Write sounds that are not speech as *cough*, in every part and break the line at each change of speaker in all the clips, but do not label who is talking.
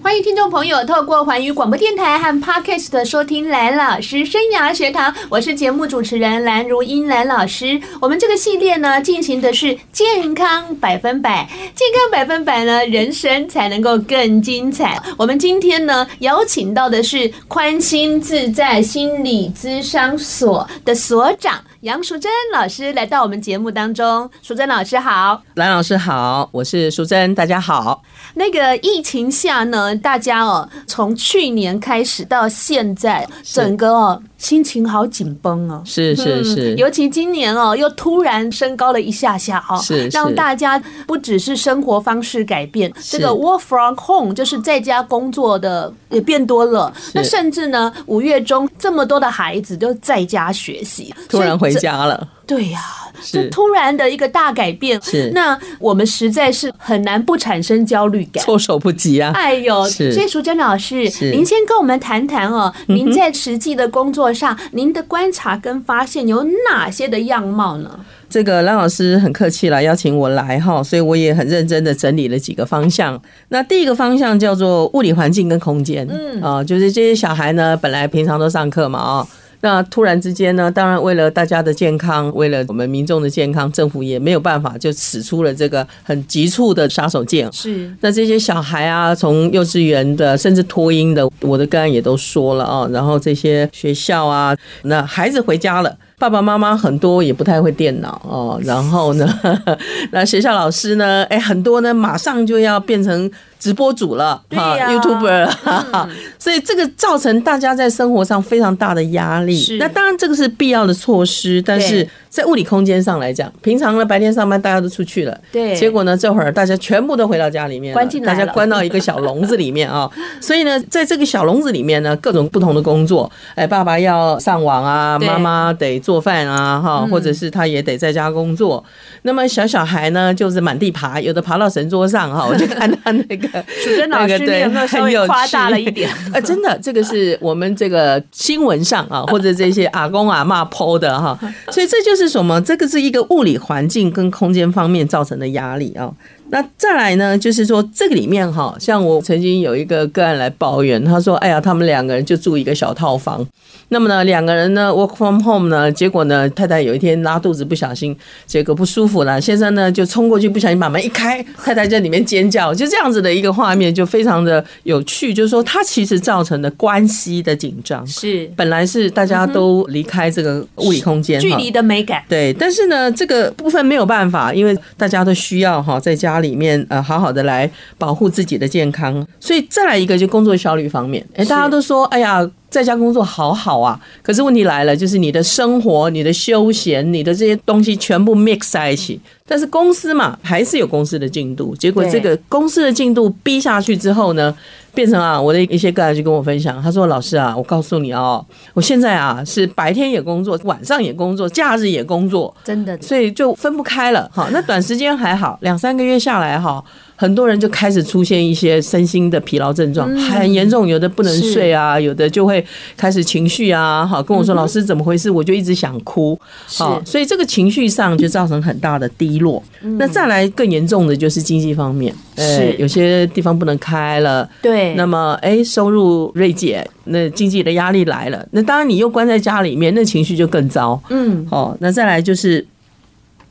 欢迎听众朋友透过环宇广播电台和 Podcast 收听蓝老师生涯学堂，我是节目主持人蓝如英蓝老师。我们这个系列呢，进行的是健康百分百，健康百分百呢，人生才能够更精彩。我们今天呢，邀请到的是宽心自在心理咨商所的所长杨淑珍老师来到我们节目当中。淑珍老师好，
蓝老师好，我是淑珍，大家好。
那个疫情下呢，大家哦，从去年开始到现在，整个哦心情好紧绷哦。
是是是，
嗯尤其今年哦，又突然升高了一下下哦，
是是
让大家不只是生活方式改变，这
是
个 work from home 就是在家工作的也变多了。那甚至呢，五月中这么多的孩子都在家学习，
突然回
所以这
家了，
对呀、
是
这突然的一个大改变，
是
那我们实在是很难不产生焦虑感。
措手不及
*laughs*
啊。
哎呦，所
是
以淑珍老师，
是嗯
您先跟我们谈谈哦，您在实际的工作上，您的观察跟发现有哪些的样貌呢？
这个蓝老师很客气了，邀请我来哈，所以我也很认真的整理了几个方向。那第一个方向叫做物理环境跟空间，嗯啊、就是这些小孩呢，本来平常都上课嘛啊、那突然之间呢，当然为了大家的健康，为了我们民众的健康，政府也没有办法，就使出了这个很急促的杀手锏，
是
那这些小孩啊，从幼稚园的，甚至托婴的，我的个案也都说了啊。然后这些学校啊，那孩子回家了，爸爸妈妈很多也不太会电脑哦。然后呢， *laughs* 那学校老师呢，哎，很多呢，马上就要变成直播主了，
对呀嗯
y o u t u b e r 了， *laughs* 所以这个造成大家在生活上非常大的压
是
力。那当然这个是必要的措施，但是
对
在物理空间上来讲，平常呢白天上班大家都出去了，
对
结果呢这会儿大家全部都回到家里面。
关进来
大
了
家关到一个小笼子里面啊、 *laughs* 所以呢，在这个小笼子里面呢，各种不同的工作，哎，爸爸要上网啊，
对嗯
妈妈得做饭啊，哈，或者是他也得在家工作。那么小小孩呢，就是满地爬，有的爬到神桌上哈，我就看他
*laughs*
那个
淑珍老师
那个对
你有没有稍微
*laughs* 很有趣
夸大了一点
呃，真的，这个是我们这个新闻上啊，或者这些阿公阿妈剖的哈，所以这就是什么？这个是一个物理环境跟空间方面造成的压力啊。那再来呢，就是说这个里面哈，像我曾经有一个个案来抱怨，他说：“哎呀，他们两个人就住一个小套房，那么呢，两个人呢 work from home 呢，结果呢，太太有一天拉肚子不小心，结果不舒服了，先生呢就冲过去，不小心把门一开，太太在里面尖叫，就这样子的一个画面，就非常的有趣，就是说它其实造成的关系的紧张，
是
本来是大家都离开这个物理空间，
距
哈
离的美感，
对，但是呢，这个部分没有办法，因为大家都需要哈，在家里面呃，好好的来保护自己的健康。所以再来一个就工作效率方面，哎，大家都说，哎呀，在家工作好好啊。可是问题来了，就是你的生活、你的休闲、你的这些东西全部 mix 在一起。但是公司嘛，还是有公司的进度。结果
对
这个公司的进度逼下去之后呢，变成啊，我的一些个案就跟我分享，他说：“老师啊，我告诉你哦，我现在啊是白天也工作，晚上也工作，假日也工作，
真的
所以就分不开了。哈，那短时间还好，两三个月下来哈，很多人就开始出现一些身心的疲劳症状，很严重，有的不能
嗯是
睡啊，有的就会开始情绪啊，哈，跟我
嗯
说老师怎么回事，我就一直想哭，好，所以这个情绪上就造成很大的低落。那再来更严重的就是经济方面，呃
嗯是
有些地方不能开了。
对，
那么，哎，收入锐减，那经济的压力来了，那当然你又关在家里面，那情绪就更糟。
嗯，
哦，那再来就是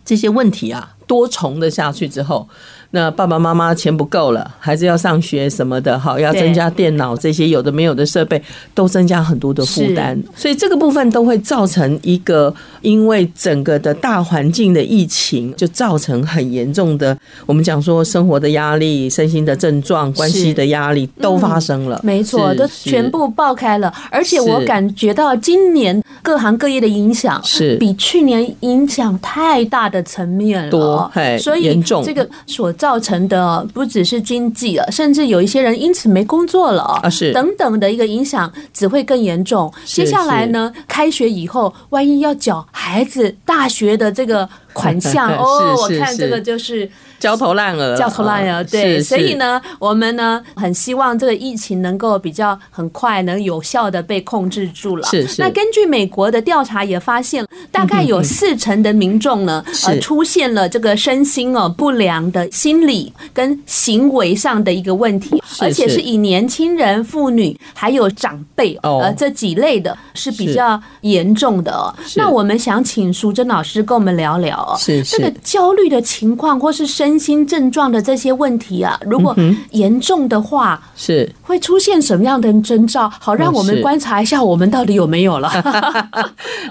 这些问题啊，多重的下去之后，那爸爸妈妈钱不够了，孩子要上学什么的，好要
对
增加电脑这些有的没有的设备，都增加很多的负担，所以这个部分都会造成一个，因为整个的大环境的疫情，就造成很严重的，我们讲说生活的压力、身心的症状、关系的压力都发生了，
嗯没错，
是
都
是
全部爆开了。而且我
是
感觉到今年各行各业的影响
是
比去年影响太大的层面了
多
哦，
嘿
所以
严重
这个所造成的不只是经济了，甚至有一些人因此没工作了哦
啊是
等等的一个影响只会更严重。接
是
下来呢，开学以后，万一要缴孩子大学的这个款项
*laughs* 是
哦，我
是
看这
是
个就是
焦头烂额了，
焦头烂额，
啊
对，
是
所以
是
呢，我们呢很希望这个疫情能够比较很快能有效的被控制住了。
是是
那根据美国的调查也发现，大概有四成的民众呢，呃，
是
出现了这个身心哦不良的心理跟行为上的一个问题，
是
而且
是
是以年轻人、妇女还有长辈
哦
呃这几类的是比
是
较严重的哦。
是
那我们想请淑珍老师跟我们聊聊哦。
是
这个
是
焦虑的情况或是身心症状的这些问题啊，如果
嗯
严重的话，
是。
会出现什么样的征兆？好，让我们
嗯是
观察一下我们到底有没有
*laughs*
了。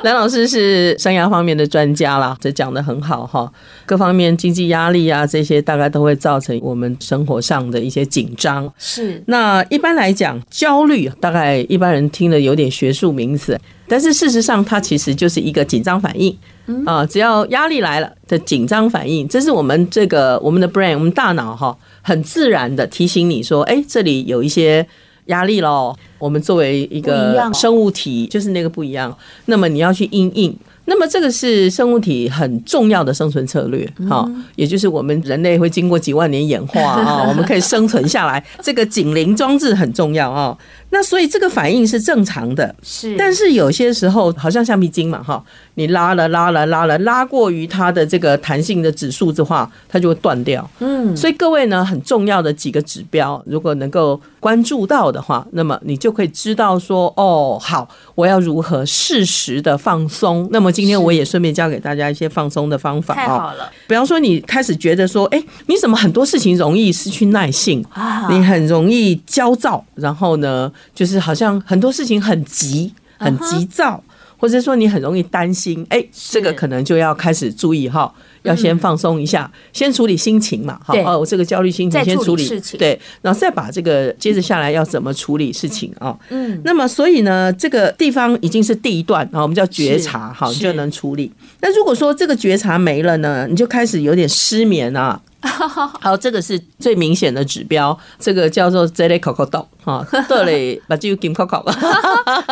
蓝老师是生涯方面的专家啦，这讲的很好哈。各方面经济压力啊，这些大概都会造成我们生活上的一些紧张。
是
那一般来讲，焦虑大概一般人听了有点学术名词，但是事实上它其实就是一个紧张反应
嗯
啊、只要压力来了的紧张反应，这是我们这个我们的 brain 我们大脑哈很自然的提醒你说，哎，这里有一些压力喽。我们作为一
不一样
个
哦
生物体，就是那个不一样，哦那么你要去应应。那么这个是生物体很重要的生存策略，哈、
嗯
也就是我们人类会经过几万年演化
*laughs*
啊、我们可以生存下来，这个警铃装置很重要啊、那所以这个反应是正常的，
是，
但是有些时候，好像橡皮筋嘛，哈，你拉了拉了拉了，拉过于它的这个弹性的指数的话，它就会断掉。
嗯，
所以各位呢，很重要的几个指标，如果能够关注到的话，那么你就可以知道说，哦，好，我要如何适时的放松。那么今天我也顺便教给大家一些放松的方法
太
啊、哦。
好了
比方说，你开始觉得说，哎，你怎么很多事情容易失去耐性？
啊！
你很容易焦躁，然后呢，就是好像很多事情很急、
嗯
很急躁或者说你很容易担心，哎、这个可能就要开始注意哈。要先放松一下，先处理心情嘛，
嗯
哈
对
哦，这个焦虑心情
再
先
处理
处理，
事情
对，然后再把这个接着下来要怎么处理事情啊、
嗯，
那么所以呢，这个地方已经是第一段啊，我们叫觉察，
是
好，你就是能处理。那如果说这个觉察没了呢，你就开始有点失眠啊。
*laughs*
好，这个是最明显的指标，这个叫做 z e l e c o c o d o 哈，对嘞，把这个 kim coco，
*laughs*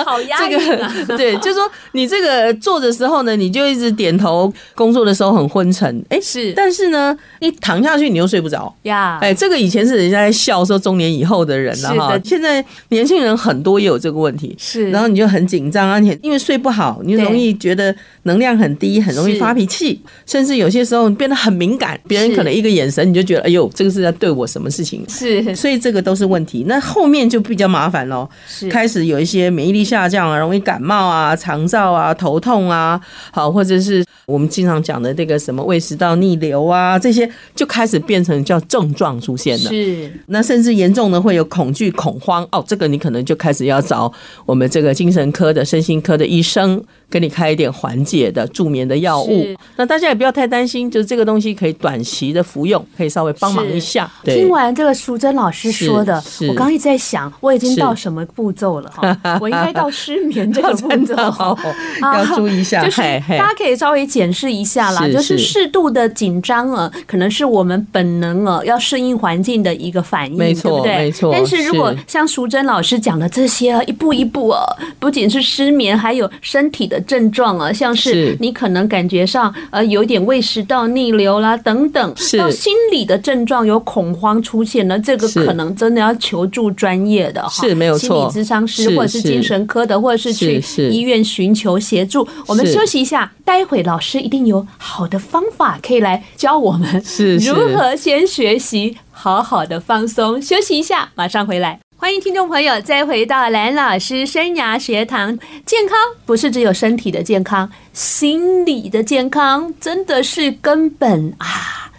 好压
这
抑啊，
个对，就说你这个做的时候呢，你就一直点头，工作的时候很昏沉，哎，
是
但是呢，你躺下去你又睡不着，
呀，
哎，这个以前是人家在笑说中年以后的人了
是的
哈，现在年轻人很多也有这个问题。
是，
然后你就很紧张啊，你因为睡不好，你就容易觉得能量很低，很容易
是
发脾气，甚至有些时候你变得很敏感，别人
是
可能一个眼神你就觉得，哎呦，这个是在对我什么事情？
是
所以这个都是问题。那后面就比较麻烦喽，
是
开始有一些免疫力下降啊，容易感冒啊、肠燥啊、头痛啊，好，或者是我们经常讲的那个什么胃食道逆流啊，这些就开始变成叫症状出现了。
是
那甚至严重的会有恐惧、恐慌哦，这个你可能就开始要找我们这个精神科的、身心科的医生，给你开一点缓解的助眠的药物
是。
那大家也不要太担心，就是这个东西可以短期的服用，可以稍微帮忙一下。对
听完这个淑珍老师说的
是，是
我刚刚一直在想，我已经
是
到什么步骤了
*laughs*
哈？我应该到失眠这个啊步
真
骤
的 *laughs* 哦，要注意一下，
就是
嘿嘿
大家可以稍微检视一下啦，
是
就是
是
适度的紧张啊，可能是我们本能啊要适应环境的一个反应，
没错
对不对？
没错
但是如果
是
像淑珍老师讲的这些啊，一步一步啊，不仅是失眠，还有身体的症状啊，像是
是
你可能感觉上呃有点胃食道逆流啦等等，
是
到心理的症状有恐慌出现了，这个
是
可能真的要求助专业的哈，
是没有错
心理咨商师
是
或者是
是
精神科的，或者是去
是是
医院寻求协助。我们
是
休息一下，待会老师一定有好的方法可以来教我们
是是
如何先学习好好的放松。休息一下，马上回来。欢迎听众朋友再回到蓝老师生涯学堂。健康不是只有身体的健康，心理的健康真的是根本啊！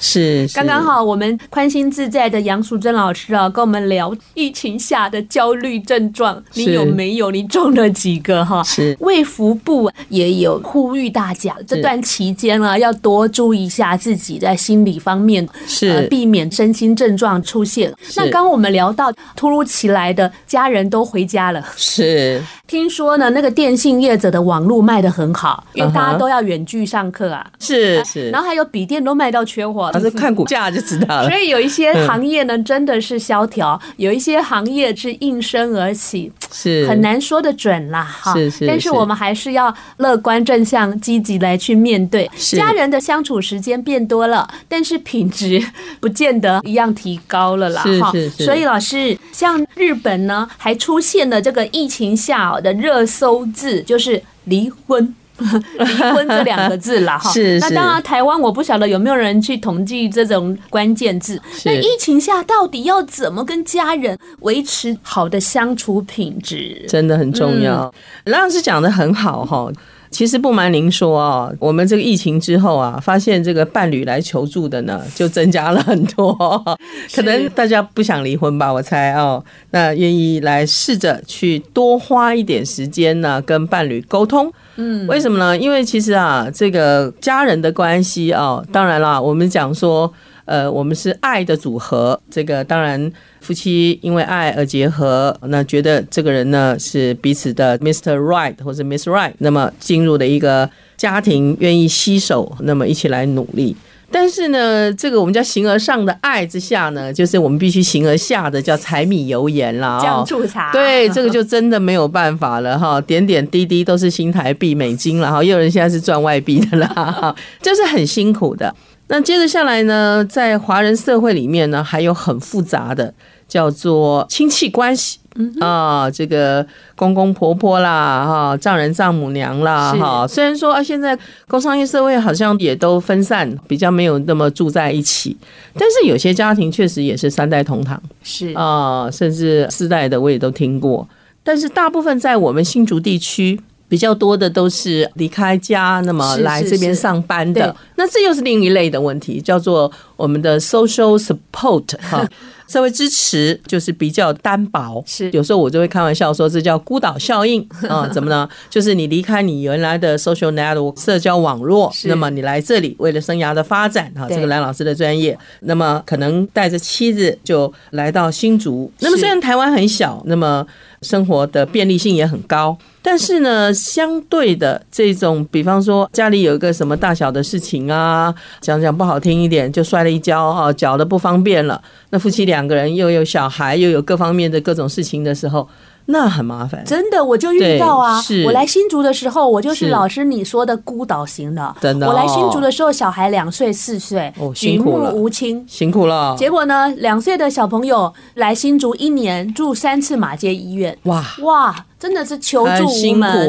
是是
刚刚好，我们宽心自在的杨淑珍老师啊，跟我们聊疫情下的焦虑症状，你
是
有没有？你中了几个哈？
是
卫福部也有呼吁大家，这段期间啊，要多注意一下自己在心理方面，呃，
是
避免身心症状出现。那刚刚我们聊到突如其来的家人都回家了，
是
听说呢，那个电信业者的网络卖得很好，因为大
嗯
家
哼
都要远距上课啊。
是是啊
然，后还有笔电都卖到缺货哦
他。是看股价就知道了嗯
所。以有一些行业呢，真的是萧条；有一些行业是应声而起，
是
很难说得准啦，哈。
是是
但是我们还是要乐观、正向、积极来去面对。
是
家人的相处时间变多了，但是品质不见得一样提高了啦，
是
哈
是。是
所以老师，像日本呢，还出现了这个疫情下哦的热搜字，就是离婚。 *laughs* 离婚这两个字啦，哈，
是
那
是
当然，台湾我不晓得有没有人去统计这种关键字。
是
那疫情下到底要怎么跟家人维持好的相处品质？
真的很重要。梁老师讲的很好哈。其实不瞒您说啊、我们这个疫情之后啊，发现这个伴侣来求助的呢，就增加了很多。可能大家不想离婚吧，我猜哦。那愿意来试着去多花一点时间呢，跟伴侣沟通。嗯，为什么呢？因为其实啊，这个家人的关系啊，当然啦，我们讲说。呃，我们是爱的组合，这个当然夫妻因为爱而结合，那觉得这个人呢是彼此的 Mr. Right 或者 Miss Right，那么进入了一个家庭，愿意携手，那么一起来努力。但是呢，这个我们叫形而上的爱之下呢，就是我们必须形而下的叫柴米油盐啦、哦，
酱醋茶，
对，这个就真的没有办法了哈， *laughs* 点点滴滴都是新台币、美金了哈，也有人现在是赚外币的啦， *laughs* 哈就是很辛苦的。那接着下来呢，在华人社会里面呢，还有很复杂的叫做亲戚关系。啊，这个公公婆婆啦，哈，丈人丈母娘啦，
是
哈，虽然说啊，现在工商业社会好像也都分散，比较没有那么住在一起，但是有些家庭确实也是三代同堂，
是
啊、甚至四代的我也都听过。但是大部分在我们新竹地区比较多的都是离开家，那么
是
来
是
这边
是
上班的。
对
那这又是另一类的问题，叫做我们的 social support 哈、
*laughs*
社会支持就是比较单薄，
是
有时候我就会开玩笑说，这叫孤岛效应啊、怎么呢？ *laughs* 就是你离开你原来的 social network 社交网络，
是
那么你来这里为了生涯的发展哈，
对
这个蓝老师的专业，那么可能带着妻子就来到新竹。那么
是
虽然台湾很小，那么生活的便利性也很高。但是呢，相对的这种，比方说家里有一个什么大小的事情啊，讲讲不好听一点，就摔了一跤啊，脚的不方便了。那夫妻两个人又有小孩，又有各方面的各种事情的时候，那很麻烦。
真的，我就遇到啊
对是！
我来新竹的时候，我就是
是
老师你说的孤岛型的。
真的哦
我来新竹的时候，小孩两岁四岁
哦，
举
辛苦
目
了
无亲。
辛苦了，
结果呢，两岁的小朋友来新竹一年住三次马街医院，
哇，
哇，真的是求
很
助无
辛苦
门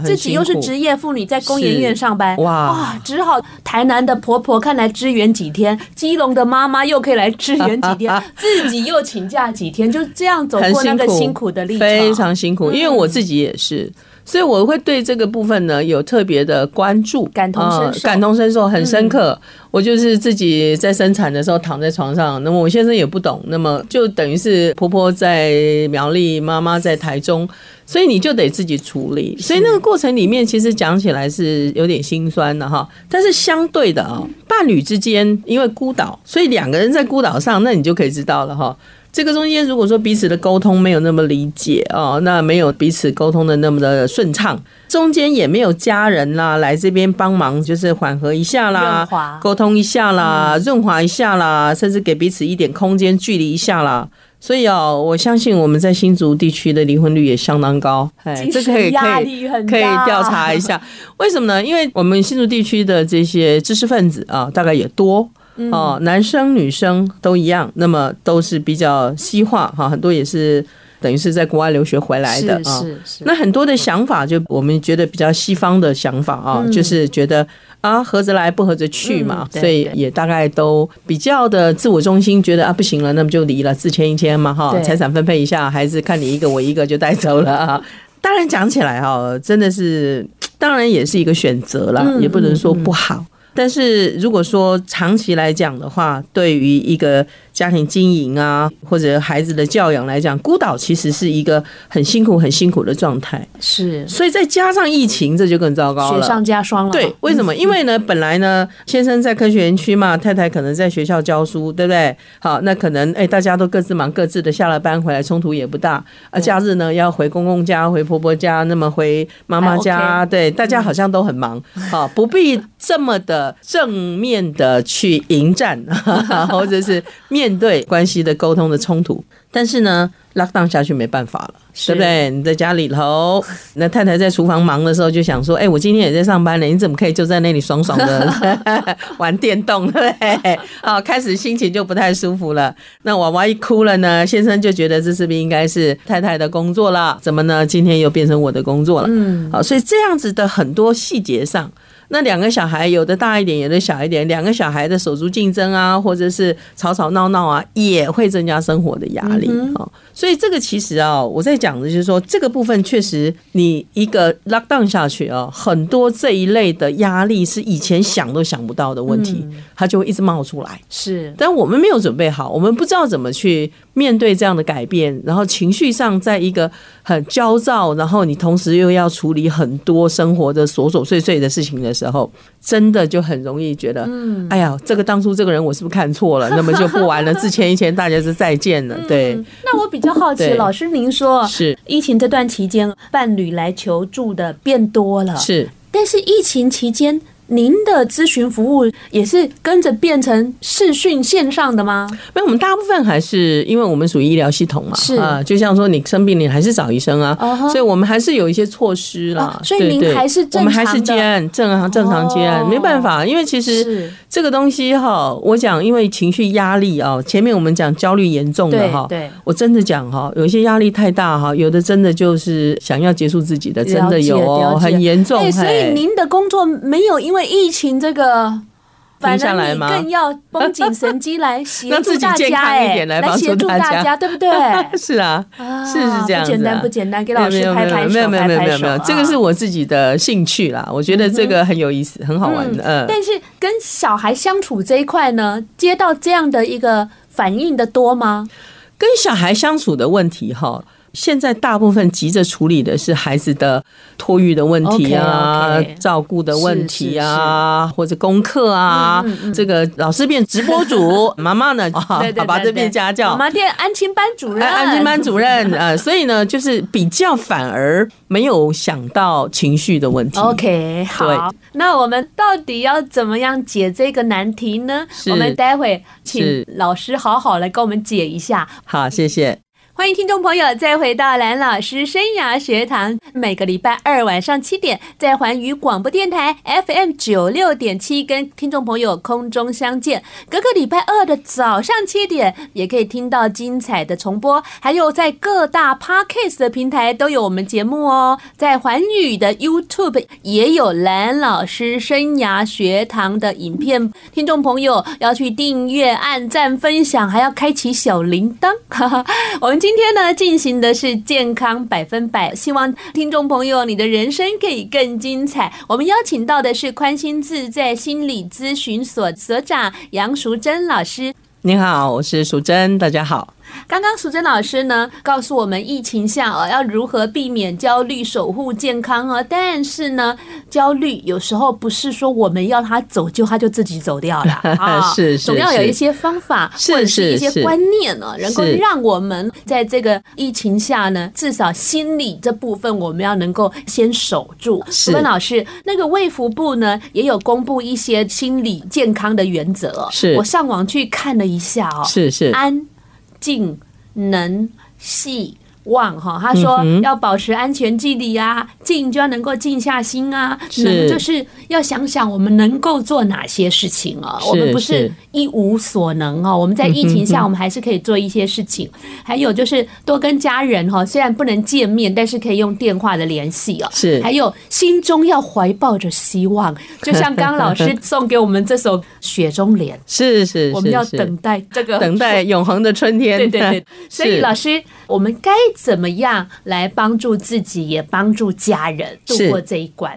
啊！
很
自己又是
辛苦
职业妇女，在工研
是
院上班，
哇
只好台南的婆婆看来支援几天，基隆的妈妈又可以来支援几
*laughs*
天，自己又请假几天，就这样走
很
过那
辛
个
苦，
辛苦的历程，
非常辛苦。因为我自己也是，所以我会对这个部分呢有特别的关注，
感同身受
呃感同身受很深刻。我就是自己在生产的时候躺在床上，那么我先生也不懂，那么就等于是婆婆在苗栗，妈妈在台中。所以你就得自己处理，所以那个过程里面，其实讲起来是有点心酸的哈。但是相对的啊、伴侣之间因为孤岛，所以两个人在孤岛上，那你就可以知道了哈。这个中间，如果说彼此的沟通没有那么理解哦，那没有彼此沟通的那么的顺畅，中间也没有家人啦来这边帮忙，就是缓和一下
润
啦
滑，嗯
沟通一下啦，润滑一下啦，甚至给彼此一点空间、距离一下啦。所以哦，我相信我们在新竹地区的离婚率也相当高，哎，
精
这
神
可以
压
可
力
以
很大
*laughs* 可以调查一下，为什么呢？因为我们新竹地区的这些知识分子啊，大概也多。
嗯
哦，男生女生都一样，那么都是比较西化哈，很多也是等于是在国外留学回来的啊。
是是是，
那很多的想法，就我们觉得比较西方的想法啊，就是觉得啊，合着来不合着去嘛
嗯，对
所以
对
也大概都比较的自我中心，觉得啊不行了，那么就离了，自签一签嘛哈，
对
财产分配一下，孩子看你一个我一个就带走了啊。当然讲起来哈，真的是，当然也是一个选择啦，
嗯
也不能说不好。但是如果说长期来讲的话，对于一个家庭经营啊，或者孩子的教养来讲，孤岛其实是一个很辛苦、很辛苦的状态。
是
所以再加上疫情，这就更糟糕
雪
了。
上加霜了。嗯
对，为什么？因为呢，本来呢，先生在科学园区嘛，太太可能在学校教书，对不对？好，那可能哎，大家都各自忙各自的，下了班回来冲突也不大。啊，
对
假日呢要回公公家、回婆婆家，那么回妈妈
还
家，对，大家好像都很忙，
嗯
好，不必这么的正面的去迎战， *laughs* 或者是面对关系的沟通的冲突。但是呢，lockdown 下去没办法了。
是
对不？对？你在家里头，那太太在厨房忙的时候就想说：“哎、我今天也在上班呢，你怎么可以就在那里爽爽的玩电动？”对不对？哦，开始心情就不太舒服了。那娃娃一哭了呢，先生就觉得这是不是应该是太太的工作了？怎么呢？今天又变成我的工作了？哦
嗯，
好，所以这样子的很多细节上，那两个小孩有的大一点，有的小一点，两个小孩的手足竞争啊，或者是吵吵闹闹啊，也会增加生活的压力
嗯
哦。所以这个其实啊，我在讲的就是说，这个部分确实你一个 lockdown 下去啊，很多这一类的压力是以前想都想不到的问题，它就会一直冒出来。
是
但我们没有准备好，我们不知道怎么去面对这样的改变，然后情绪上在一个很焦躁，然后你同时又要处理很多生活的琐琐碎碎的事情的时候，真的就很容易觉得，嗯，哎呀，这个当初这个人我是不是看错了？那么就不玩了，自前一前大家是再见了，对
嗯，那我比较好奇，
对
老师您说，
是
疫情这段期间，伴侣来求助的变多了，
是。
但是疫情期间，您的咨询服务也是跟着变成视讯线上的吗？
那我们大部分还是因为我们属于医疗系统嘛，
是
啊，就像说你生病，你还是找医生啊
嗯哼
所以我们还是有一些措施啦。
啊所以您
对对
还是
我
正常的
们还是接案，正常正常接案，
哦
没办法，因为其实
是，
这个东西哈，我讲因为情绪压力啊，前面我们讲焦虑严重的
对
哈。
对，
我真的讲哈，有一些压力太大哈，有的真的就是想要结束自己的，真的有
了
哦，
解
很严重。
哎，所以
嘿 *laughs*
您的工作没有因为疫情这个。反
停下
而
来
你
吗
更要绷紧神机来协
*laughs* 让
助
自己
大
健
家，
康一
哎，
点来
来
帮
协
助
助
大
大
家
家，对不
*laughs*
对？
是啊，
啊
是是这样
不
子啊
简单，不简单，给老
没
师
有
拍
没有
拍手，
没有没有没有
拍
没
拍手
有没有，
啊
这个是我自己的兴趣啦，我觉得这个很有意思，很好玩的。嗯，
啊但是跟小孩相处这一块呢，接到这样的一个反应的多吗？
跟小孩相处的问题哈。现在大部分急着处理的是孩子的托育的问题啊
OK，OK
照顾的问题啊，或者功课啊。这个老师变直
*laughs*
播主，妈妈呢，啊
嗯对对对
爸爸这变家教
妈，妈店安亲班主任，啊
哎，安静班主任，呃，所以呢，就是比较反而没有想到情绪的问题。
OK，好，那我们到底要怎么样解这个难题呢？
是
我们待会请
是
老师好好来给我们解一下。
好，谢谢。
欢迎听众朋友再回到蓝老师生涯学堂，每个礼拜二晚上七点在环宇广播电台 FM 九六点七跟听众朋友空中相见。隔个礼拜二的早上七点也可以听到精彩的重播，还有在各大 Podcast 的平台都有我们节目哦。在环宇的 YouTube 也有蓝老师生涯学堂的影片，听众朋友要去订阅、按赞、分享，还要开启小铃铛。 *laughs* 哈哈，我们今天呢进行的是健康百分百，希望听众朋友你的人生可以更精彩。我们邀请到的是宽心自在心理咨询所所长杨淑珍老师。
你好，我是淑珍，大家好。
刚刚淑珍老师呢告诉我们，疫情下哦要如何避免焦虑，守护健康哦。但是呢，焦虑有时候不是说我们要他走就他就自己走掉了 *laughs* 啊，
是是
总要有
是
一些方法
是
或者是一
是
些
是
观念呢，能够
是
让我们在这个疫情下呢，至少心理这部分我们要能够先守住。
是
淑珍老师，那个卫福部呢也有公布一些心理健康的原则哦，
是
我上网去看了一下哦，
是是
安静、能、细、望哈。他说
嗯哼
要保持安全距离啊，静就要能够静下心啊，
是
能就是要想想我们能够做哪些事情啊。
是
我们不是
是嗯
一无所能哦，我们在疫情下，我们还是可以做一些事情。还有就是多跟家人哈，虽然不能见面，但是可以用电话的联系哦。
是
还有心中要怀抱着希望，就像刚老
*laughs*
师送给我们这首《雪中莲》。
是是，
我们要
是是
等待这个
等待永恒的春天。
对对
*laughs*
对，所以
是
老师，我们该怎么样来帮助自己，也帮助家人度
是
过这一关？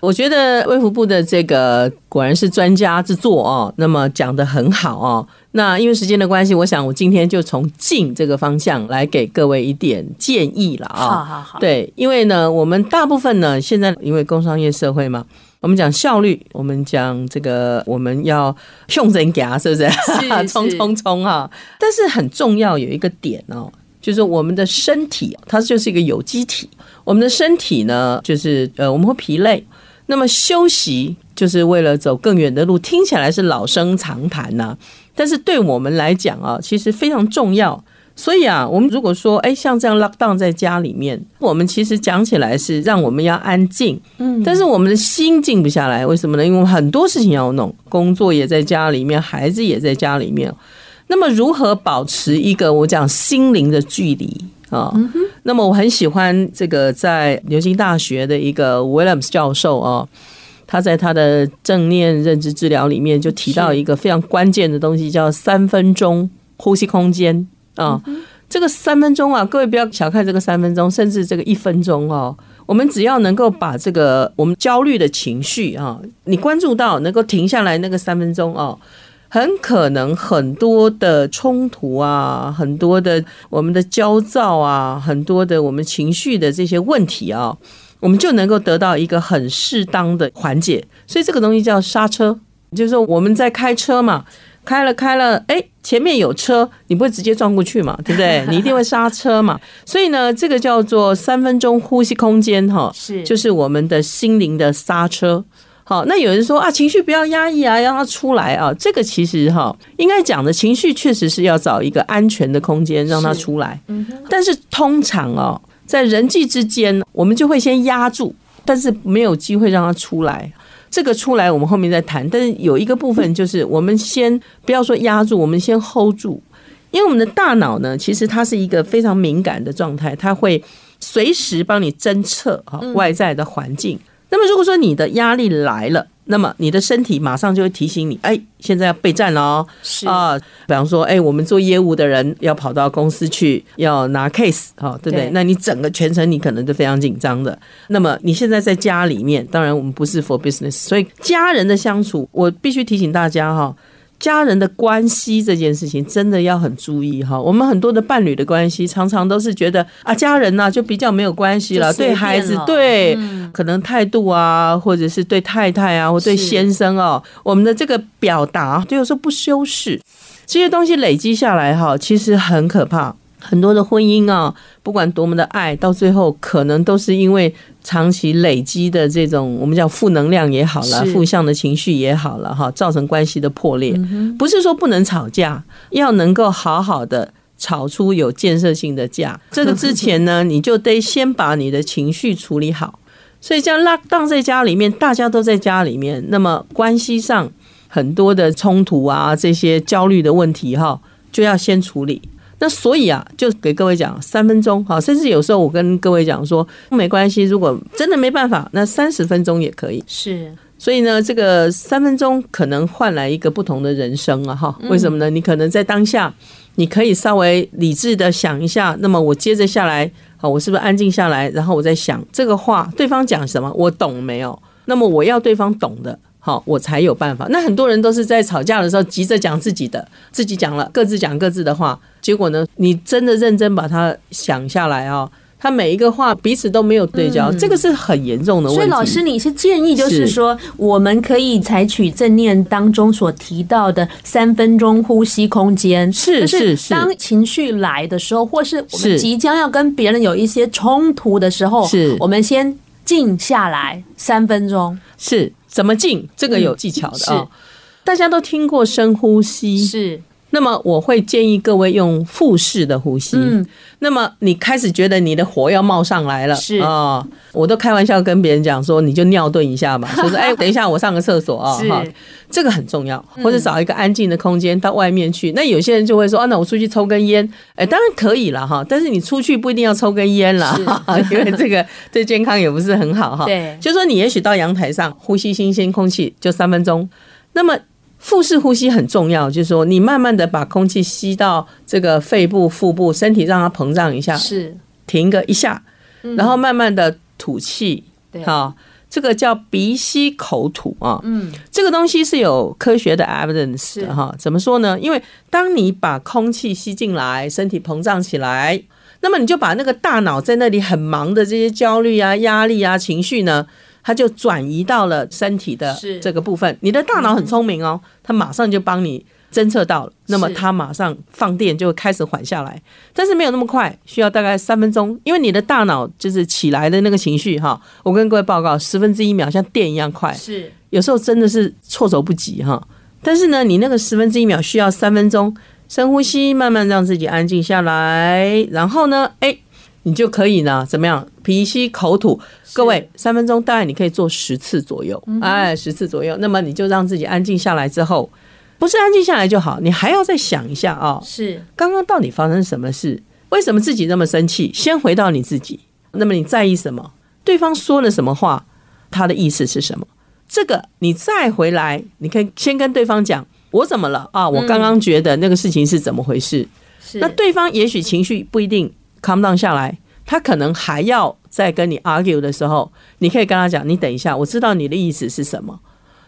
我觉得卫福部的这个果然是专家之作哦，那么讲的很好哦。那因为时间的关系，我想我今天就从静这个方向来给各位一点建议了啊、
好好好，
对，因为呢，我们大部分呢，现在因为工商业社会嘛，我们讲效率，我们讲这个，我们要用人牙，是不是？ *laughs*
是
冲冲冲啊！但是很重要有一个点哦，就是我们的身体，啊它就是一个有机体。我们的身体呢，就是呃，我们会疲累。那么休息就是为了走更远的路，听起来是老生常谈呐、但是对我们来讲啊，其实非常重要。所以啊，我们如果说，哎，像这样 lock down 在家里面，我们其实讲起来是让我们要安静，嗯，但是我们的心静不下来，为什么呢？因为我们很多事情要弄，工作也在家里面，孩子也在家里面。那么，如何保持一个我讲心灵的距离啊？那么，我很喜欢这个在牛津大学的一个 Williams 教授啊，他在他的正念认知治疗里面就提到一个非常关键的东西，叫三分钟呼吸空间啊。这个三分钟啊，各位不要小看这个三分钟，甚至这个一分钟哦。我们只要能够把这个我们焦虑的情绪啊，你关注到能够停下来那个三分钟哦，很可能很多的冲突啊，很多的我们的焦躁啊，很多的我们情绪的这些问题啊，我们就能够得到一个很适当的缓解。所以这个东西叫刹车，就是说我们在开车嘛，开了开了，哎，前面有车，你不会直接撞过去嘛，对不对？你一定会刹车嘛。所以呢，这个叫做三分钟呼吸空间哈，
是
就是我们的心灵的刹车。好，那有人说啊，情绪不要压抑啊，让它出来啊。这个其实哈，应该讲的情绪确实是要找一个安全的空间让它
是
出来。但是通常哦，在人际之间，我们就会先压住，但是没有机会让它出来。这个出来我们后面再谈，但是有一个部分就是我们先不要说压住，我们先 hold 住，因为我们的大脑呢，其实它是一个非常敏感的状态，它会随时帮你侦测啊外在的环境。那么如果说你的压力来了，那么你的身体马上就会提醒你，哎，现在要备战了哦。
是
啊、比方说，哎、我们做业务的人要跑到公司去，要拿 case，哦，对不对？
对
那你整个全程你可能都非常紧张的。那么你现在在家里面，当然我们不是 for business，所以家人的相处，我必须提醒大家哈、家人的关系这件事情真的要很注意哈。我们很多的伴侣的关系，常常都是觉得啊，家人呐、就比较没有关系了，
就随
对
便
孩子
了
对、可能态度啊，或者是对太太啊，或对
是
先生哦，我们的这个表达，就有时候不修饰，这些东西累积下来哈，其实很可怕。很多的婚姻啊，不管多么的爱，到最后可能都是因为长期累积的这种我们讲负能量也好了，
是
负向的情绪也好了哈，造成关系的破裂。不是说不能吵架，要能够好好的。吵出有建设性的架，这个之前呢，你就得先把你的情绪处理好。所以这样 lock down 在家里面，大家都在家里面，那么关系上很多的冲突啊，这些焦虑的问题哈，就要先处理。那所以啊，就给各位讲三分钟好，甚至有时候我跟各位讲说，没关系，如果真的没办法，那三十分钟也可以。
是
所以呢，这个三分钟可能换来一个不同的人生啊，哈，为什么呢？你可能在当下，你可以稍微理智的想一下，那么我接着下来，好，我是不是安静下来，然后我再想这个话，对方讲什么，我懂没有？那么我要对方懂的。好，我才有办法。那很多人都是在吵架的时候急着讲自己的，自己讲了，各自讲各自的话，结果呢，你真的认真把它想下来哦，他每一个话彼此都没有对焦，这个是很严重的问题。
所以老师，你是建议就是
是
说，我们可以采取正念当中所提到的三分钟呼吸空间，
是
就是
是
当情绪来的时候，或是我们
是
即将要跟别人有一些冲突的时候，
是
我们先静下来三分钟，
是怎么进，这个有技巧的啊、
嗯是
大家都听过深呼吸，
是
那么我会建议各位用腹式的呼吸。
嗯，
那么你开始觉得你的火要冒上来了，
是
啊、我都开玩笑跟别人讲说，你就尿遁
*laughs*
一下吧，说是哎，等一下我上个厕所啊、
是嗯
哈，这个很重要，或者找一个安静的空间到外面去。那有些人就会说，啊，那我出去抽根烟，哎，当然可以了哈，但是你出去不一定要抽根烟啦， *laughs* 因为这个对健康也不是很好哈。
对
就说你也许到阳台上呼吸新鲜空气，就三分钟。那么腹式呼吸很重要，就是说你慢慢的把空气吸到这个肺部、腹部，身体让它膨胀一下，
是，
停个一下，然后慢慢的吐气，
嗯对
好、这个叫鼻息口吐啊，
嗯，
这个东西是有科学的 evidence
是
的哈。怎么说呢？因为当你把空气吸进来，身体膨胀起来，那么你就把那个大脑在那里很忙的这些焦虑啊、压力啊、情绪呢，它就转移到了身体的
是
这个部分。你的大脑很聪明哦，它马上就帮你侦测到了，那么
是
它马上放电就开始缓下来，但是没有那么快，需要大概三分钟，因为你的大脑就是起来的那个情绪哈，我跟各位报告，十分之一秒像电一样快，
是
有时候真的是措手不及哈。但是呢，你那个十分之一秒需要三分钟，深呼吸，慢慢让自己安静下来，然后呢，哎，你就可以呢，怎么样？鼻吸口吐，各位，三分钟大概你可以做十次左右，哎，十次左右。那么你就让自己安静下来之后，不是安静下来就好，你还要再想一下啊、
是
刚刚到底发生什么事？为什么自己那么生气？先回到你自己，那么你在意什么？对方说了什么话？他的意思是什么？这个你再回来，你可以先跟对方讲我怎么了啊？我刚刚觉得那个事情是怎么回事？
是，
那对方也许情绪不一定 calm down 下来，他可能还要在跟你 argue 的时候，你可以跟他讲，你等一下，我知道你的意思是什么。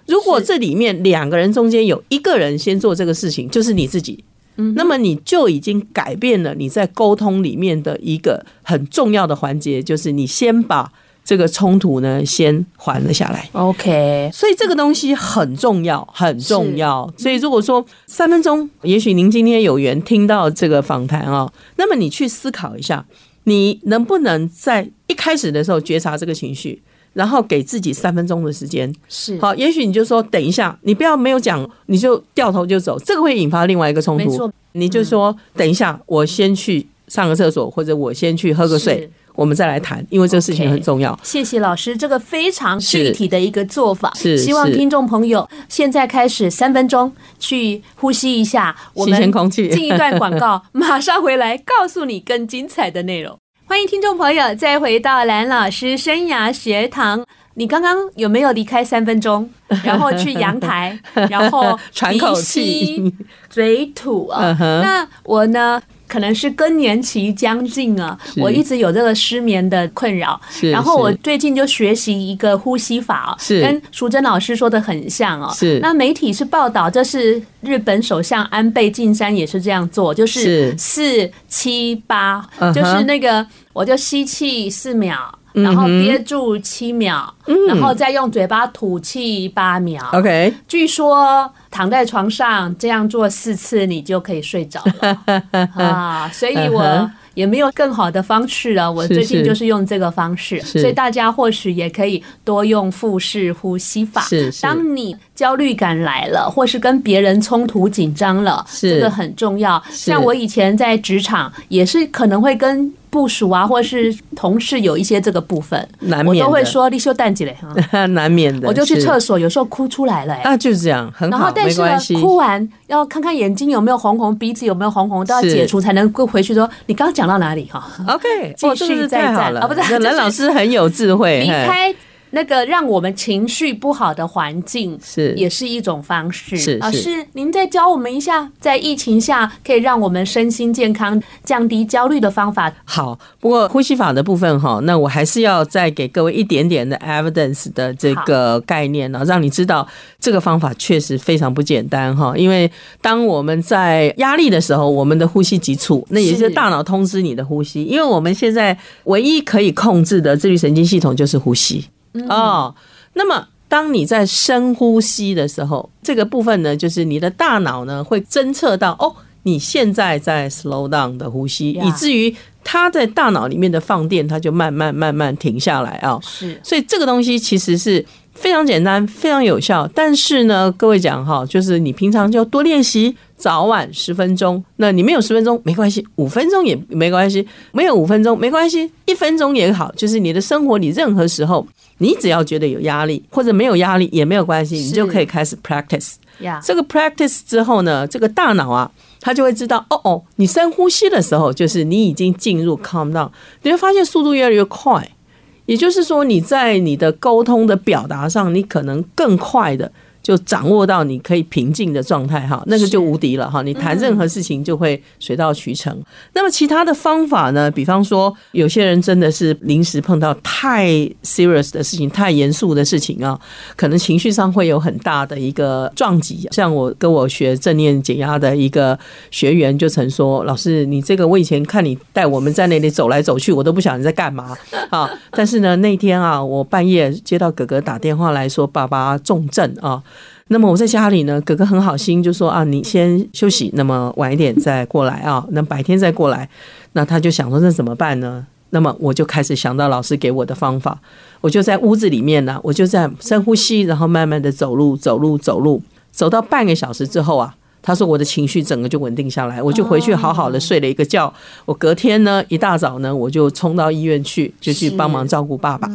如果
是
这里面两个人中间有一个人先做这个事情，就是你自己，
嗯
那么你就已经改变了你在沟通里面的一个很重要的环节，就是你先把这个冲突呢先缓了下来。
OK，
所以这个东西很重要，很重要。所以如果说三分钟，也许您今天有缘听到这个访谈啊、那么你去思考一下，你能不能在一开始的时候觉察这个情绪，然后给自己三分钟的时间。
是
好，也许你就说等一下，你不要没有讲，你就掉头就走，这个会引发另外一个冲
没
突
错。嗯
你就说等一下，我先去上个厕所，或者我先去喝个水
是，
我们再来谈，因为这个事情
OK
很重要。
谢谢老师这个非常
是
具体的一个做法，
是
希望
是
听众朋友现在开始三分钟去呼吸一下，我
新鲜
们
空气
进一段广告，马上回来告诉你更精彩的内容。欢迎听众朋友再回到蓝老师生涯学堂。你刚刚有没有离开三分
*laughs*
钟，然后去阳台，然后
呃喘口
哦鼻吸
气，
嘴吐啊。
嗯哼
那我呢，可能是更年期将近啊，
是
我一直有这个失眠的困扰。
*laughs* 是
然后我
是
最近就学习一个呼吸法哦，
是
跟淑珍老师说的很像哦。
是
那媒体是报道，这是日本首相安倍晋三也是这样做，就是
是
四七八
嗯，哼嗯
就是那个我就吸气四秒。然后憋住七秒，然后再用嘴巴吐气八秒。
OK，
据说躺在床上这样做四次，你就可以睡着了
*laughs*
啊！所以我也没有更好的方式了，我
嗯是
最近
是
就是用这个方式，
是
所以大家或许也可以多用腹式呼吸法。
是是
当你焦虑感来了，或是跟别人冲突紧张了，
是
这个很重要。
是
像我以前在职场也是可能会跟。部署啊，或是同事有一些这个部分，
难
我
免
都会
的
说立秀蛋姐嘞，哈
*laughs* 难免的，
我就去
是
厕所，有时候哭出来了、欸。
啊，就是这样，很
然后
好，
但
没
是呢
关系，，
哭完要看看眼睛有没有红红，鼻子有没有红红，都要
是
解除才能够回去说你刚刚讲到哪里哈、
OK，
继
哦，这个
续
是
再
太好
战
了，
啊不是
那
就是
蓝老师很有智慧，
离
嘿
开那个让我们情绪不好的环境。
是
也是一种方式。
是
老
是
师，您再教我们一下，在疫情下可以让我们身心健康、降低焦虑的方法。
好，不过呼吸法的部分哈，那我还是要再给各位一点点的 evidence 的这个概念呢，让你知道这个方法确实非常不简单哈。因为当我们在压力的时候，我们的呼吸急促，那也就是
是
大脑通知你的呼吸，因为我们现在唯一可以控制的自律神经系统就是呼吸哦。那么当你在深呼吸的时候，这个部分呢，就是你的大脑呢会侦测到哦，你现在在 slow down 的呼吸，
Yeah
以至于它在大脑里面的放电，它就慢慢慢慢停下来啊、
是
所以这个东西其实是非常简单、非常有效。但是呢，各位讲哈，就是你平常就多练习，早晚十分钟。那你没有十分钟没关系，五分钟也没关系，没有五分钟没关系，一分钟也好。就是你的生活里任何时候，你只要觉得有压力或者没有压力也没有关系，你
是
就可以开始 practice。
呀，
这个 practice 之后呢，这个大脑啊，它就会知道，哦哦，你深呼吸的时候，就是你已经进入 calm down，你会发现速度越来越快。也就是说，你在你的沟通的表达上，你可能更快的就掌握到你可以平静的状态哈，那个就无敌了哈。你谈任何事情就会水到渠成。那么其他的方法呢？比方说，有些人真的是临时碰到太 serious 的事情、太严肃的事情啊，可能情绪上会有很大的一个撞击。啊像我跟我学正念减压的一个学员就曾说：“老师，你这个我以前看你带我们在那里走来走去，我都不晓得你在干嘛啊。但是呢，那天啊，我半夜接到哥哥打电话来说，爸爸重症啊。”那么我在家里呢，哥哥很好心就说啊，你先休息，那么晚一点再过来啊，那白天再过来。那他就想说，那怎么办呢？那么我就开始想到老师给我的方法，我就在屋子里面呢、我就在深呼吸，然后慢慢的走路，走路，走路，走到半个小时之后啊，他说我的情绪整个就稳定下来，我就回去好好的睡了一个觉。我隔天呢一大早呢，我就冲到医院去，就去帮忙照顾爸爸。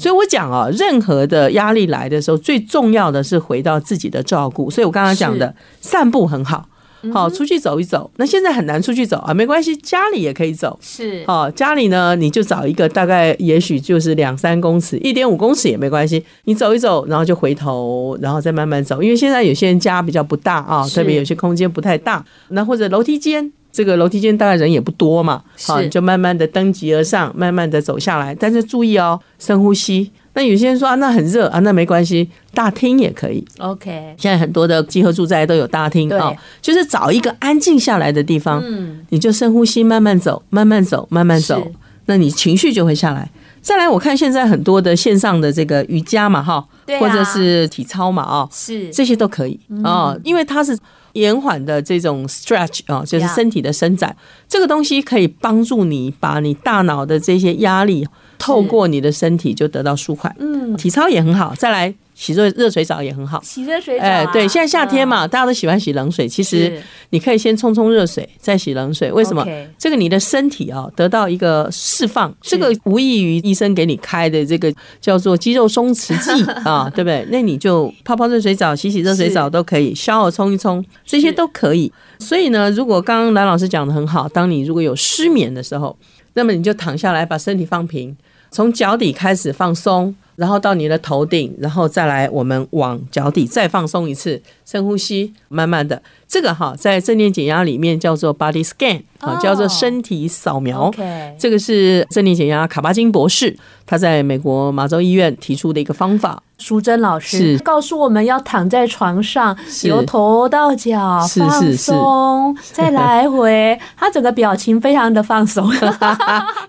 所以我讲啊，任何的压力来的时候，最重要的是回到自己的照顾。所以我刚刚讲的，散步很好，好出去走一走。那现在很难出去走啊，没关系，家里也可以走。
是
哦，家里呢，你就找一个大概，也许就是两三公尺，一点五公尺也没关系。你走一走，然后就回头，然后再慢慢走。因为现在有些人家比较不大啊，
是
特别有些空间不太大，那或者楼梯间。这个楼梯间大概人也不多嘛，好，
是
你就慢慢的登级而上，慢慢的走下来，但是注意哦，深呼吸。那有些人说啊，那很热啊，那没关系，大厅也可以，
OK，
现在很多的集合住宅都有大厅
对
啊、就是找一个安静下来的地方，
嗯，
你就深呼吸，慢慢走，慢慢走，慢慢走
是，
那你情绪就会下来。再来，我看现在很多的线上的这个瑜伽嘛，哈、
对啊嗯
或者是体操嘛，啊、
是
这些都可以啊、哦因为它是延缓的这种 stretch 啊、就是
Yeah
身体的伸展这个东西可以帮助你把你大脑的这些压力透过你的身体就得到舒缓。
嗯，
体操也很好，再来洗热热水澡也很好。
洗热水澡、啊，
哎，对，现在夏天
嗯，
嘛，大家都喜欢洗冷水。其实
是
你可以先冲冲热水，再洗冷水。为什么
OK？
这个你的身体啊、得到一个释放，这个无异于医生给你开的这个叫做肌肉松弛剂
*laughs*
啊，对不对？那你就泡泡热水澡、洗洗热水澡
是
都可以，消耳冲一冲，这些
是
都可以。所以呢，如果刚刚蓝老师讲的很好，当你如果有失眠的时候，那么你就躺下来，把身体放平，从脚底开始放松，然后到你的头顶，然后再来我们往脚底再放松一次，深呼吸，慢慢的，这个哈在正念减压里面叫做 body scan 啊，
哦
叫做身体扫描。
嗯 OK，
这个是正念减压卡巴金博士他在美国麻州医院提出的一个方法。 *laughs*
淑珍老师
是
告诉我们要躺在床上，由头到脚
是
放
是是
松，再来
*laughs*
回。他整个表情非常的放松。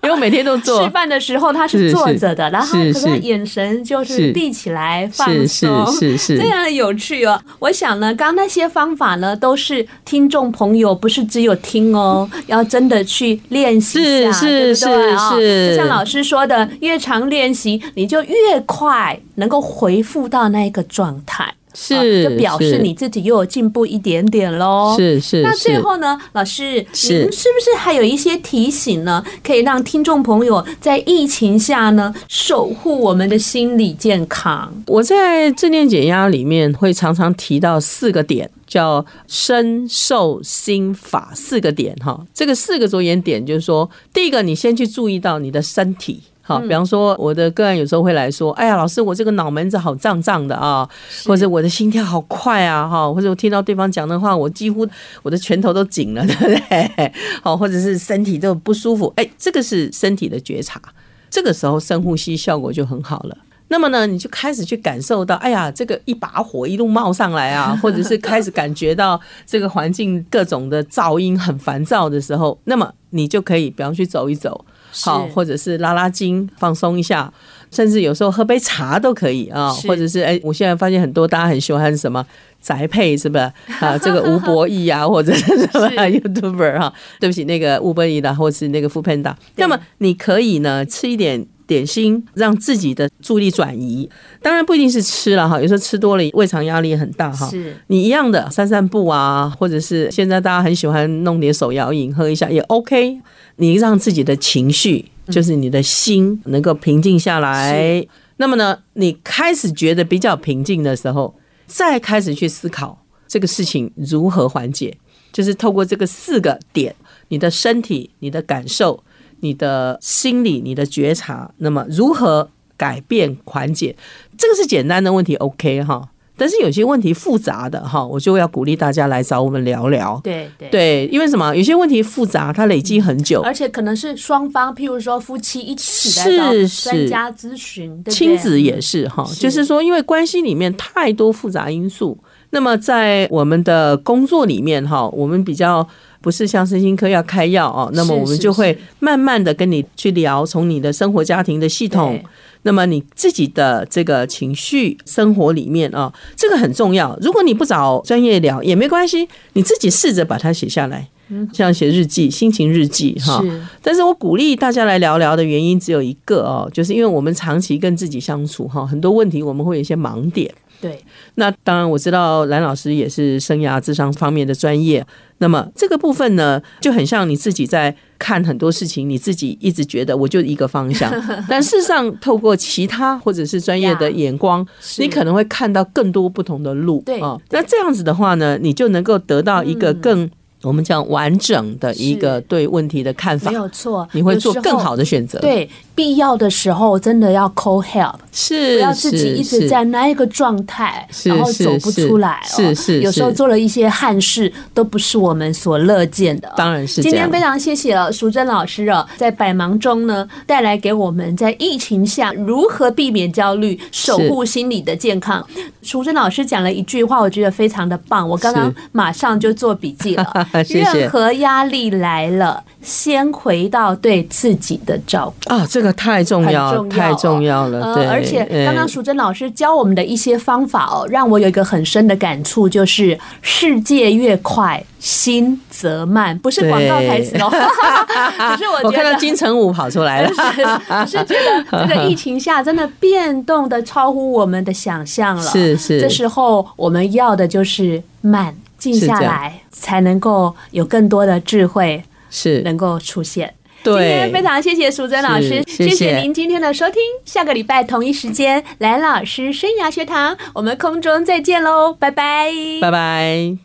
因为我每天都做
*laughs* 吃饭的时候他是
是
坐着的，然后他
是
可是他
是
眼神就是
是
闭起来放
是是
松。
是是
非常的有趣哦！我想呢，刚那些方法呢，都是听众朋友不是只有听哦，
*laughs*
要真的去练习一下，
是是
对不对啊、
是
就像老师说的，越常练习，你就越快能够回复到那一个状态，啊
是
就表示
是
你自己又有进步一点点喽。。
是是，
那最
是
后呢，老师，
是
您是不是还有一些提醒呢？可以让听众朋友在疫情下呢，守护我们的心理健康？
我在正念减压里面会常常提到四个点，叫身受心法四个点哈。这个四个着眼点就是说，第一个你先去注意到你的身体。好，比方说我的个案有时候会来说，哎呀，老师，我这个脑门子好胀胀的啊，或者我的心跳好快啊，哈，或者我听到对方讲的话，我几乎我的拳头都紧了，对不对？好，或者是身体都不舒服，哎，这个是身体的觉察，这个时候深呼吸效果就很好了。那么呢，你就开始去感受到，哎呀，这个一把火一路冒上来啊，或者是开始感觉到这个环境各种的噪音很烦躁的时候，那么你就可以，比方去走一走，好，
是
或者是拉拉筋，放松一下，甚至有时候喝杯茶都可以啊，
是
或者是哎、我现在发现很多大家很喜欢什么宅配是不是
*laughs*
啊？这个吴博义啊，或者是什么 YouTuber 哈、对不起，那个吴博义的，或是那个富 Panda，那么你可以呢吃一点。点心让自己的注意力转移，当然不一定是吃了哈，有时候吃多了胃肠压力也很大哈。
是
你一样的散散步啊，或者是现在大家很喜欢弄点手摇饮喝一下也 OK。你让自己的情绪，就是你的心能够平静下来。那么呢，你开始觉得比较平静的时候，再开始去思考这个事情如何缓解，就是透过这个四个点：你的身体、你的感受、你的心理、你的觉察，那么如何改变缓解？这个是简单的问题，OK 哈。但是有些问题复杂的哈，我就要鼓励大家来找我们聊聊。
对对。
对，因为什么？有些问题复杂，它累积很久，
而且可能是双方，譬如说夫妻一起来
是
找
是
专家咨询，对不对
亲子也是哈，
是
就是说，因为关系里面太多复杂因素。那么在我们的工作里面哈，我们比较不是像身心科要开药哦，那么
是
我们
是
就会
是
慢慢的跟你去聊，从你的生活、家庭的系统
对，
那么你自己的这个情绪生活里面啊，这个很重要。如果你不找专业聊也没关系，你自己试着把它写下来，像写日记、心情日记哈。
嗯是
但是我鼓励大家来聊聊的原因只有一个哦，就是因为我们长期跟自己相处哈，很多问题我们会有一些盲点。
对，
那当然，我知道蓝老师也是生涯智商方面的专业。那么这个部分呢，就很像你自己在看很多事情，你自己一直觉得我就一个方向， *laughs* 但事实上透过其他或者是专业的
呀
眼光，
是
你可能会看到更多不同的路。
对嗯
哦，那这样子的话呢，你就能够得到一个更、我们讲完整的一个
是
对问题的看法
没。有错，
你会
有
做
时候
更好的选择。，
对，必要的时候真的要 call help，
是
不要自己一直在
是
那一个状态，
是
然后
是
走不
是
出来、哦。
是是
有时候
是
做了一些憾事，都不是我们所乐见的哦、
当然是这
今
样
天非常谢谢哦淑珍老师哦，在百忙中呢，带来给我们在疫情下如何避免焦虑、守护心理的健康。淑珍老师讲了一句话，我觉得非常的棒，我刚刚
是。
马上就做笔记了
*laughs* 谢谢
任何压力来了，先回到对自己的照顾。
啊，这个太重要，
很重要哦
太重要了。呃对，
呃而且刚刚
嗯
淑珍老师教我们的一些方法哦，让我有一个很深的感触，就是世界越快，心则慢，不是广告台词哦， *laughs* 只是我
啊我
觉
看到
得。。
金城武跑出来了
*laughs* 只是觉得这个疫情下真的变动的超乎我们的想象了。
是是
这时候我们要的就是慢，静
是这
下
样
来，才能够有更多的智慧
是，
能够出现。今
对
天，非常谢谢淑珍老师，
是谢谢
谢您今天的收听。下个礼拜同一时间，蓝老师生涯学堂，我们空中再见喽，拜拜，
拜拜。